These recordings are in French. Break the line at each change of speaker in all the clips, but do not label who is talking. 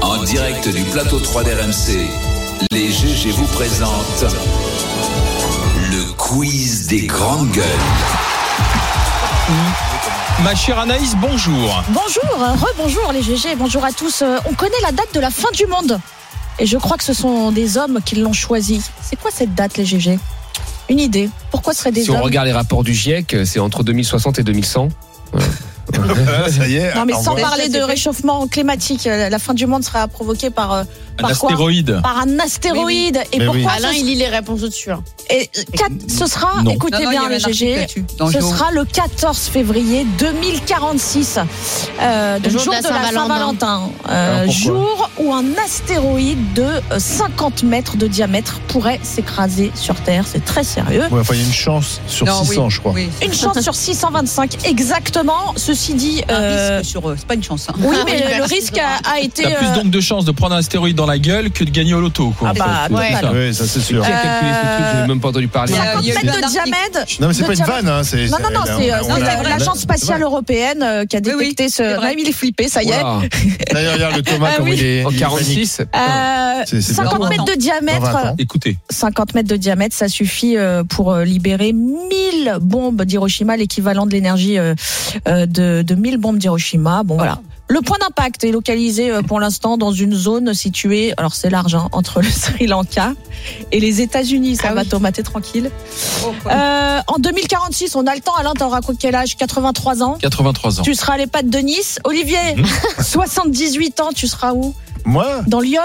En direct du plateau 3 d'RMC, les GG vous présentent le quiz des grandes gueules.
Ma chère Anaïs, bonjour.
Bonjour, euh, rebonjour les GG, bonjour à tous. Euh, On connaît la date de la fin du monde. Et je crois que ce sont des hommes qui l'ont choisie. C'est quoi cette date, les GG Une idée. Pourquoi ce seraient des
Si
hommes
on regarde les rapports du GIEC, c'est entre 2060 et 2100.
Ah,
Ça y est.
Non, mais
au
sans
revoir.
parler de réchauffement climatique, euh, la fin du monde sera provoquée par, euh,
Un
par quoi
astéroïde.
Par un astéroïde. Et
Mais oui.
pourquoi
Ah, Alain,
ce-
il lit les réponses au-dessus. hein.
et quatre- ce sera,
Non.
écoutez
Non, non, il y
bien
avait
les
un article
GG,
là-dessus. Dans
ce
Joe.
sera le 14 février 2046, euh, donc
Le
jour,
jour de la
de la
Saint-Valentin.
Saint-Valentin, Euh,
Alors pourquoi
jour où un astéroïde de euh, 50 mètres de diamètre pourrait s'écraser sur Terre. C'est très sérieux.
Ouais, enfin, il y a une chance sur
Non,
600,
oui,
je crois.
oui.
Une chance sur 625 exactement. Ceci dit,
Un
euh,
risque sur eux. C'est pas une chance. hein.
oui,
Ah
mais
oui,
le- le
merci,
risque a, a été.
T'as plus
euh,
donc de chances de prendre un astéroïde dans la gueule que de gagner au loto. Quoi,
Ah
en fait.
bah,
C'est
ouais.
ça.
Oui, ça c'est
Euh,
sûr.
Qui a calculé ce truc J'ai même pas entendu parler.
Il y a-
50
il y a eu
euh, mètres
un
de
article.
diamètre.
Non, mais c'est
de
pas une
diamètre.
vanne. Hein, c'est-
Non, non, non,
on-
c'est euh,
on
c'est
l'a- on l'a-
l'agence spatiale européenne euh, qui a
Oui, oui,
détecté ce.
c'est vrai.
Même il est flippé, ça y est.
Ouah,
D'ailleurs, regarde le Thomas,
Ah
comme
oui.
il est.
En
il est
46 putain.
Euh,
C'est- c'est
50
dans
mètres de
panique dans 20
diamètre,
ans.
Écoutez,
50 mètres de diamètre, ça suffit euh, pour euh, libérer 1000 bombes d'Hiroshima, l'équivalent de l'énergie euh, euh, de, de 1000 bombes d'Hiroshima. Bon, voilà. Le point d'impact est localisé euh, pour l'instant dans une zone située, alors c'est large, hein, entre le Sri Lanka et les États-Unis. Ça
Ah
va,
oui.
Thomas, t'es tranquille.
Oh, quoi.
Euh, en 2046, on a le temps. Alain, t'auras quoi- quel âge 83 ans.
83 ans.
Tu seras à l'EHPAD de Nice. Olivier, 78 ans, tu seras où
Moi,
dans Lyon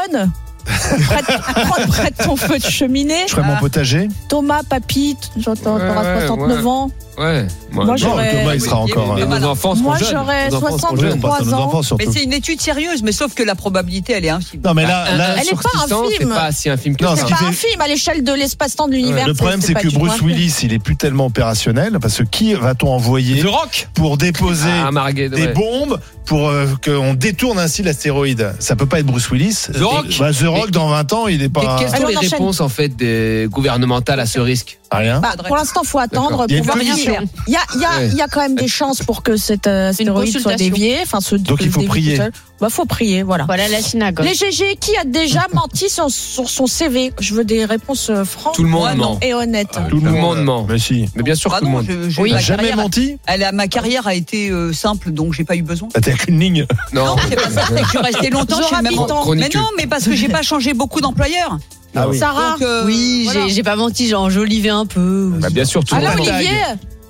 près de, près de ton feu de cheminée.
je ferais mon potager.
Thomas, papy, t- j'entends,
Ouais,
t'auras
ouais,
69 ans.
Ouais.
Moi,
Moi, non,
Non,
j'aurais-
le Thomas, il sera
Oui,
encore.
mais
euh,
nos
voilà.
enfants sont
Moi,
jeunes.
j'aurais
Nos enfants sont
oui, on
jeunes.
63
pense à nos
ans.
enfants
Mais
surtout.
c'est une étude sérieuse, mais sauf que la probabilité, elle est infime.
Non, mais là,
Un-
là,
un
Elle est
sur
pas un
600, c'est
film.
pas si un film que
Non,
ça.
C'est
qui
pas
fait-
un film à l'échelle de l'espace-temps de l'univers.
le problème, c'est
pas
que
du
Bruce
tout un film.
Willis, il est plus tellement opérationnel parce que qui va-t-on envoyer
Le rock
pour déposer
Ah, un Marguerite,
des
ouais.
bombes pour euh, qu'on détourne ainsi l'astéroïde Ça peut pas être Bruce Willis.
The Rock.
Bah, The Rock, dans 20 ans, il est
Que-
pas.
Quelles
Allez,
sont
on
les
enchaîne.
réponses en fait des gouvernementales à ce risque
Rien.
Bah, pour l'instant, faut attendre
D'accord.
Il y a
pour
une
voir.
commission.
Il y a, il y a,
Ouais.
il y a quand même des chances pour que cet euh, astéroïde soit
consultation.
dévié. Enfin, se-
Donc,
se
il faut
dévie
prier.
tout seul. Bah, faut prier, voilà.
Voilà la synagogue.
Les GG, qui a déjà menti sur, sur son CV Je veux des réponses euh, franches
Tout le monde
Ouais,
ment.
et honnêtes.
Ah
Tout le monde ment.
Mais si.
Mais bien sûr
Ah
tout le
non,
monde.
je- je-
T'as
ma,
jamais
carrière,
menti
elle a- ma carrière a été euh, simple, donc j'ai pas eu besoin.
Bah, T'as qu'une ligne.
Non.
Non, c'est pas ça. c'est que Je suis restée longtemps chez
Zora
le même
Bitton.
Mais non, mais parce que j'ai pas changé beaucoup d'employeurs.
Ah oui.
Sarah,
Donc, euh,
Oui,
voilà.
j'ai- j'ai pas menti, j'ai enjolivé un peu.
Bah, bien sûr tout le
Alain
monde. ment.
Ah Olivier,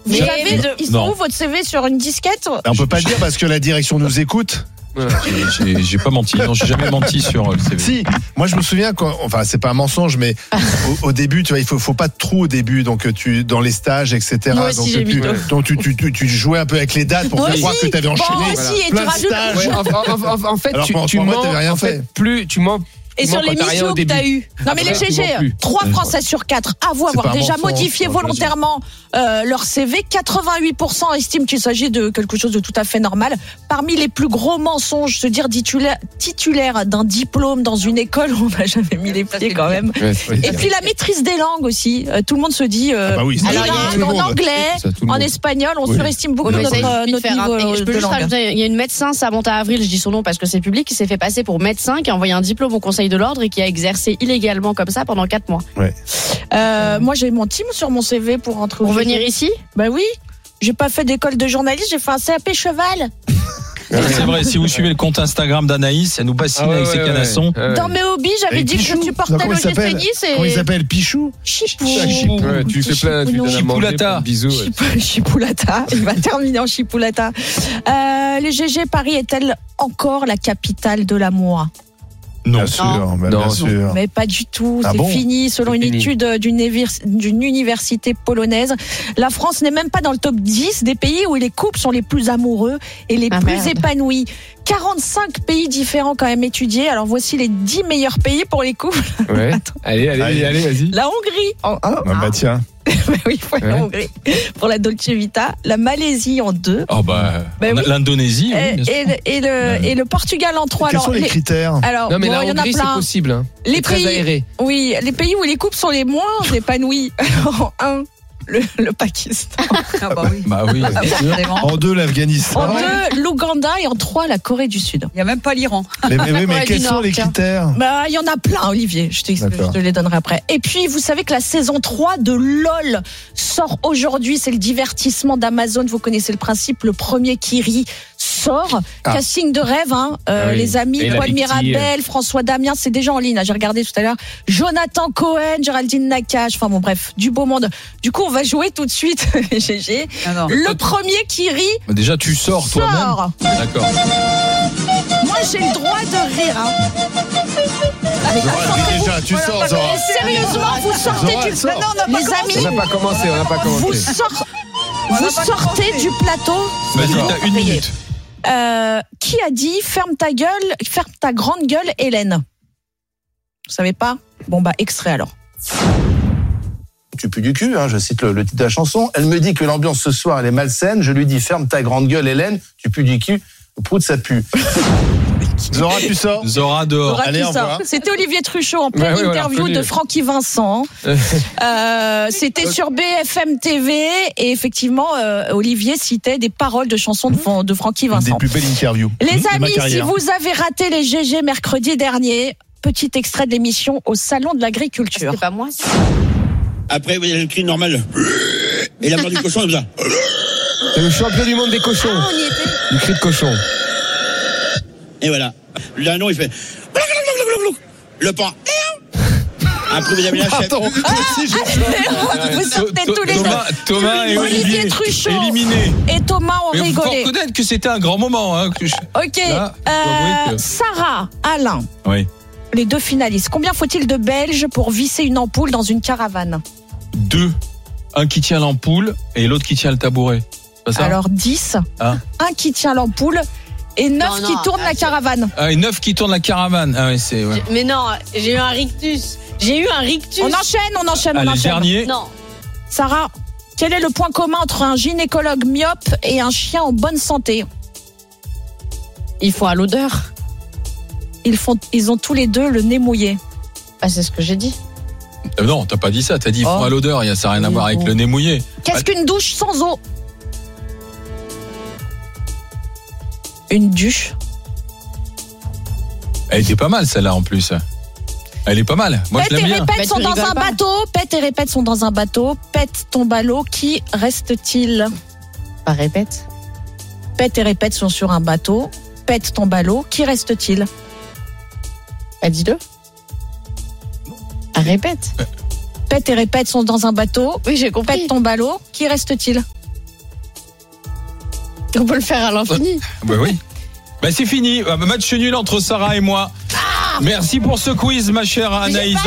vous
Mais-
avez, il se
Non.
trouve votre CV sur une disquette
Ben, On peut pas le dire parce que la direction nous écoute.
J'ai- J'ai j'ai pas menti, non, j'ai jamais menti sur euh, le
Eh
CV.
Si, moi je me souviens quand, enfin c'est pas un mensonge, mais au, au début, tu vois, il faut, faut pas trop au début, donc tu dans les stages, etc.
Moi aussi,
donc
j'ai
tu,
mis
le-
donc tu, tu, tu, tu jouais un peu avec les dates pour
Moi
faire croire
aussi.
que t'avais
Bon,
enchaîné.
aussi, et
plein
tu
de
rajoutes-
stages.
Ouais, en, en- en- en fait,
Alors
tu,
pendant
tu
trois mois,
mens.
t'avais rien
en fait,
fait.
plus tu mens.
Et
sur les missions que t'as
eues
Non mais les
Absolument
GG,
plus.
3 Français sur 4 avouent
C'est
avoir
pas un
déjà
mensonge,
modifié
moi, je veux dire.
volontairement euh, leur CV. 88% estiment qu'il s'agit de quelque chose de tout à fait normal. Parmi les plus gros mensonges, se dire titula- titulaire d'un diplôme dans une école où on n'a jamais mis les
Ça,
pieds
c'est
quand
bien.
même. Et puis la maîtrise des langues aussi. Euh, tout le monde se dit euh,
Ah bah oui, c'est
bilingue
tout le
en
monde.
anglais,
Ça, tout le
en
monde.
espagnol. On
Oui.
surestime beaucoup
Oui, mais ça,
notre,
il
euh, notre niveau euh,
je peux
de
juste
langue.
rajouter, il y a une médecin, Samantha Avril, je dis son nom parce que c'est public, qui s'est fait passer pour médecin, qui a envoyé un diplôme au Conseil de l'Ordre et qui a exercé illégalement comme ça pendant 4 mois.
Euh, moi j'ai menti sur mon CV pour rentrer au
Pour
GG.
venir ici
Bah oui, j'ai pas fait d'école de journaliste, j'ai fait un CAP cheval.
C'est vrai, si vous suivez le compte Instagram d'Anaïs, elle nous bassine
Ah ouais,
avec ses
ouais,
canassons.
ouais. Euh,
Dans mes hobbies, j'avais
Avec
dit
Pichou.
que tu portais
Non, comment
le
il s'appelle
GC Nice
Comment il
Ah,
et
s'appelle Pichou
Chipou.
Chipou.
Ouais, tu lui fais plein, tu
Chipounou.
lui donnes à manger,
Chipoulata.
plein de bisous. ouais.
Chipou- Chipoulata, il va terminer en Chipoulata. Euh, le GG Paris est-elle encore la capitale de l'amour
Bien sûr, bah,
Non.
bien sûr.
Mais pas du tout,
Ah
c'est
bon
fini. Selon
C'est
une
fini.
étude d'une évir- d'une université polonaise, la France n'est même pas dans le top 10 des pays où les couples sont les plus amoureux et les
Ah,
plus
merde.
épanouis. 45 pays différents quand même étudiés. Alors voici les 10 meilleurs pays pour les couples.
Ouais.
Attends.
Allez, allez,
Allez.
allez, vas-y.
La Hongrie en 1.
Ah, bah tiens,
oui, faut aller en
Ouais.
Hongrie. Pour la Dolce Vita. La Malaisie en 2.
Oh bah,
Ben
on a-
oui. Eh,
l'Indonésie, oui,
Et,
bien sûr.
et le, et le- et le Portugal en 3.
quels sont les critères
alors,
Non mais
bon,
la
il y en a
Hongrie c'est
plein.
possible. Hein.
Les Ah,
C'est très
pays,
aéré.
oui, les pays où les couples sont les moins épanouis en 1. le, le Pakistan.
Ah bah
eh.
oui.
Bah oui.
Ah, forcément.
En deux,
En
l'Afghanistan.
deux, l'Ouganda et en trois, la Corée du Sud.
Il n'y a même pas l'Iran.
Mais, mais, mais,
Corée
mais
du
quels sont
Nord,
les
tiens.
critères
Bah, il y en a plein, Olivier. Je te, je
D'accord.
te les donnerai après. Et puis, vous savez que la saison 3 de LOL sort aujourd'hui. C'est le divertissement d'Amazon. Vous connaissez le principe. Le premier qui rit sort.
Ah.
Casting de rêve, hein, euh,
Ah oui.
les amis.
Et la
Paul
Big T,
Mirabel, François Damien, c'est déjà en ligne. hein, J'ai regardé tout à l'heure. Jonathan Cohen, Géraldine Nakache. Enfin bon, bref, du beau monde. Du coup, on va jouer tout de suite, GG.
Ah Non, non.
Le premier qui rit
Bah, Déjà, tu sors toi-même.
sort.
D'accord.
Moi, j'ai le droit de rire. hein.
Ouais, Déjà, tu sors, Zora.
Et sérieusement, vous sortez
Zora,
du
elle sort.
Les
On
amis,
n'a pas commencé, on n'a pas
vous,
commencé.
sort-
On
vous
n'a pas
sortez
commencé.
du plateau.
Vas-y, t'as une minute.
Euh, qui a dit ferme ta gueule, ferme ta grande gueule, Hélène Vous savez pas Bon bah extrait alors.
tu pues du cul, hein, je cite le, le titre de la chanson. Elle me dit que l'ambiance ce soir, elle est malsaine. Je lui dis, ferme ta grande gueule, Hélène, tu pues du cul. Prout, ça pue.
Zora, tu sors.
Zora
Laura
dehors.
qui
allez, au
sort.
revoir.
C'était Olivier Truchot en pleine
Ouais, ouais, ouais,
interview
reconnu.
de Francky Vincent. Euh, C'était sur BFM TV et effectivement euh, Olivier citait des paroles de chansons de, Fran- de Francky
Une des
Vincent.
plus belles interviews.
Les
de ma
amis, si
carrière.
vous avez raté les GG mercredi dernier, petit extrait de l'émission au salon de l'agriculture.
C'est pas moi. ça.
Après, vous avez le cri normal. Et la mort du cochon, comme ça.
C'est le champion du monde des cochons.
Ah, On y était.
Du cri de cochon.
Et voilà. L'anneau, il fait. Le porc. Après, vous avez la chèvre.
Attends,
Ah, Vous sortez tous les
Ah, Thomas,
deux.
Thomas et
Olivier
Olivier.
Truchot.
Éliminés.
Et Thomas ont
Mais il faut
rigolé.
reconnaître que c'était un grand moment. Hein, que je-
Ok.
Là, je dois
euh,
avouer que-
Sarah, Alain,
Oui.
les deux finalistes. Combien faut-il de Belges pour visser une ampoule dans une caravane
Deux. Un qui tient l'ampoule et l'autre qui tient le tabouret. C'est Pas ça
Alors 10,
Ah.
un qui tient l'ampoule et 9
Non,
qui
non,
tournent la
ah,
caravane.
Ah, et neuf qui tournent la caravane. Ah, oui, c'est. Ouais.
J'ai- Mais non, j'ai eu un rictus. J'ai eu un rictus.
On enchaîne, on enchaîne, on
Allez,
enchaîne.
Ah, dernier.
Non.
Sarah, quel est le point commun entre un gynécologue myope et un chien en bonne santé
Ils font à l'odeur.
ils, font, ils ont tous les deux le nez mouillé.
Bah, c'est ce que j'ai dit.
Euh, non, t'as pas dit ça. T'as dit ils
Oh.
font à l'odeur. Il y a- Ça n'a rien à voir avec le nez mouillé.
Qu'est-ce
Bah-
qu'une douche sans eau Une douche
Elle était pas mal celle-là en plus. Elle est pas mal. Moi je
Pète et
l'aime bien.
répète
Bah, tu
sont dans
rigoles
un
pas.
bateau. Pète et répète sont dans un bateau. Pète tombe à l'eau. Qui reste-t-il
Bah, répète.
Pète et répète sont sur un bateau. Pète tombe à l'eau. Qui reste-t-il
Bah, dis-le. Bah, répète.
Pète et répète sont dans un bateau.
Oui, j'ai
Pète
compris.
tombe à l'eau. Qui reste-t-il
On peut le faire à l'infini.
Bah oui. Bah c'est fini. Ah, bah, Match nul entre Sarah et moi. Merci pour ce quiz, ma chère Anaïs.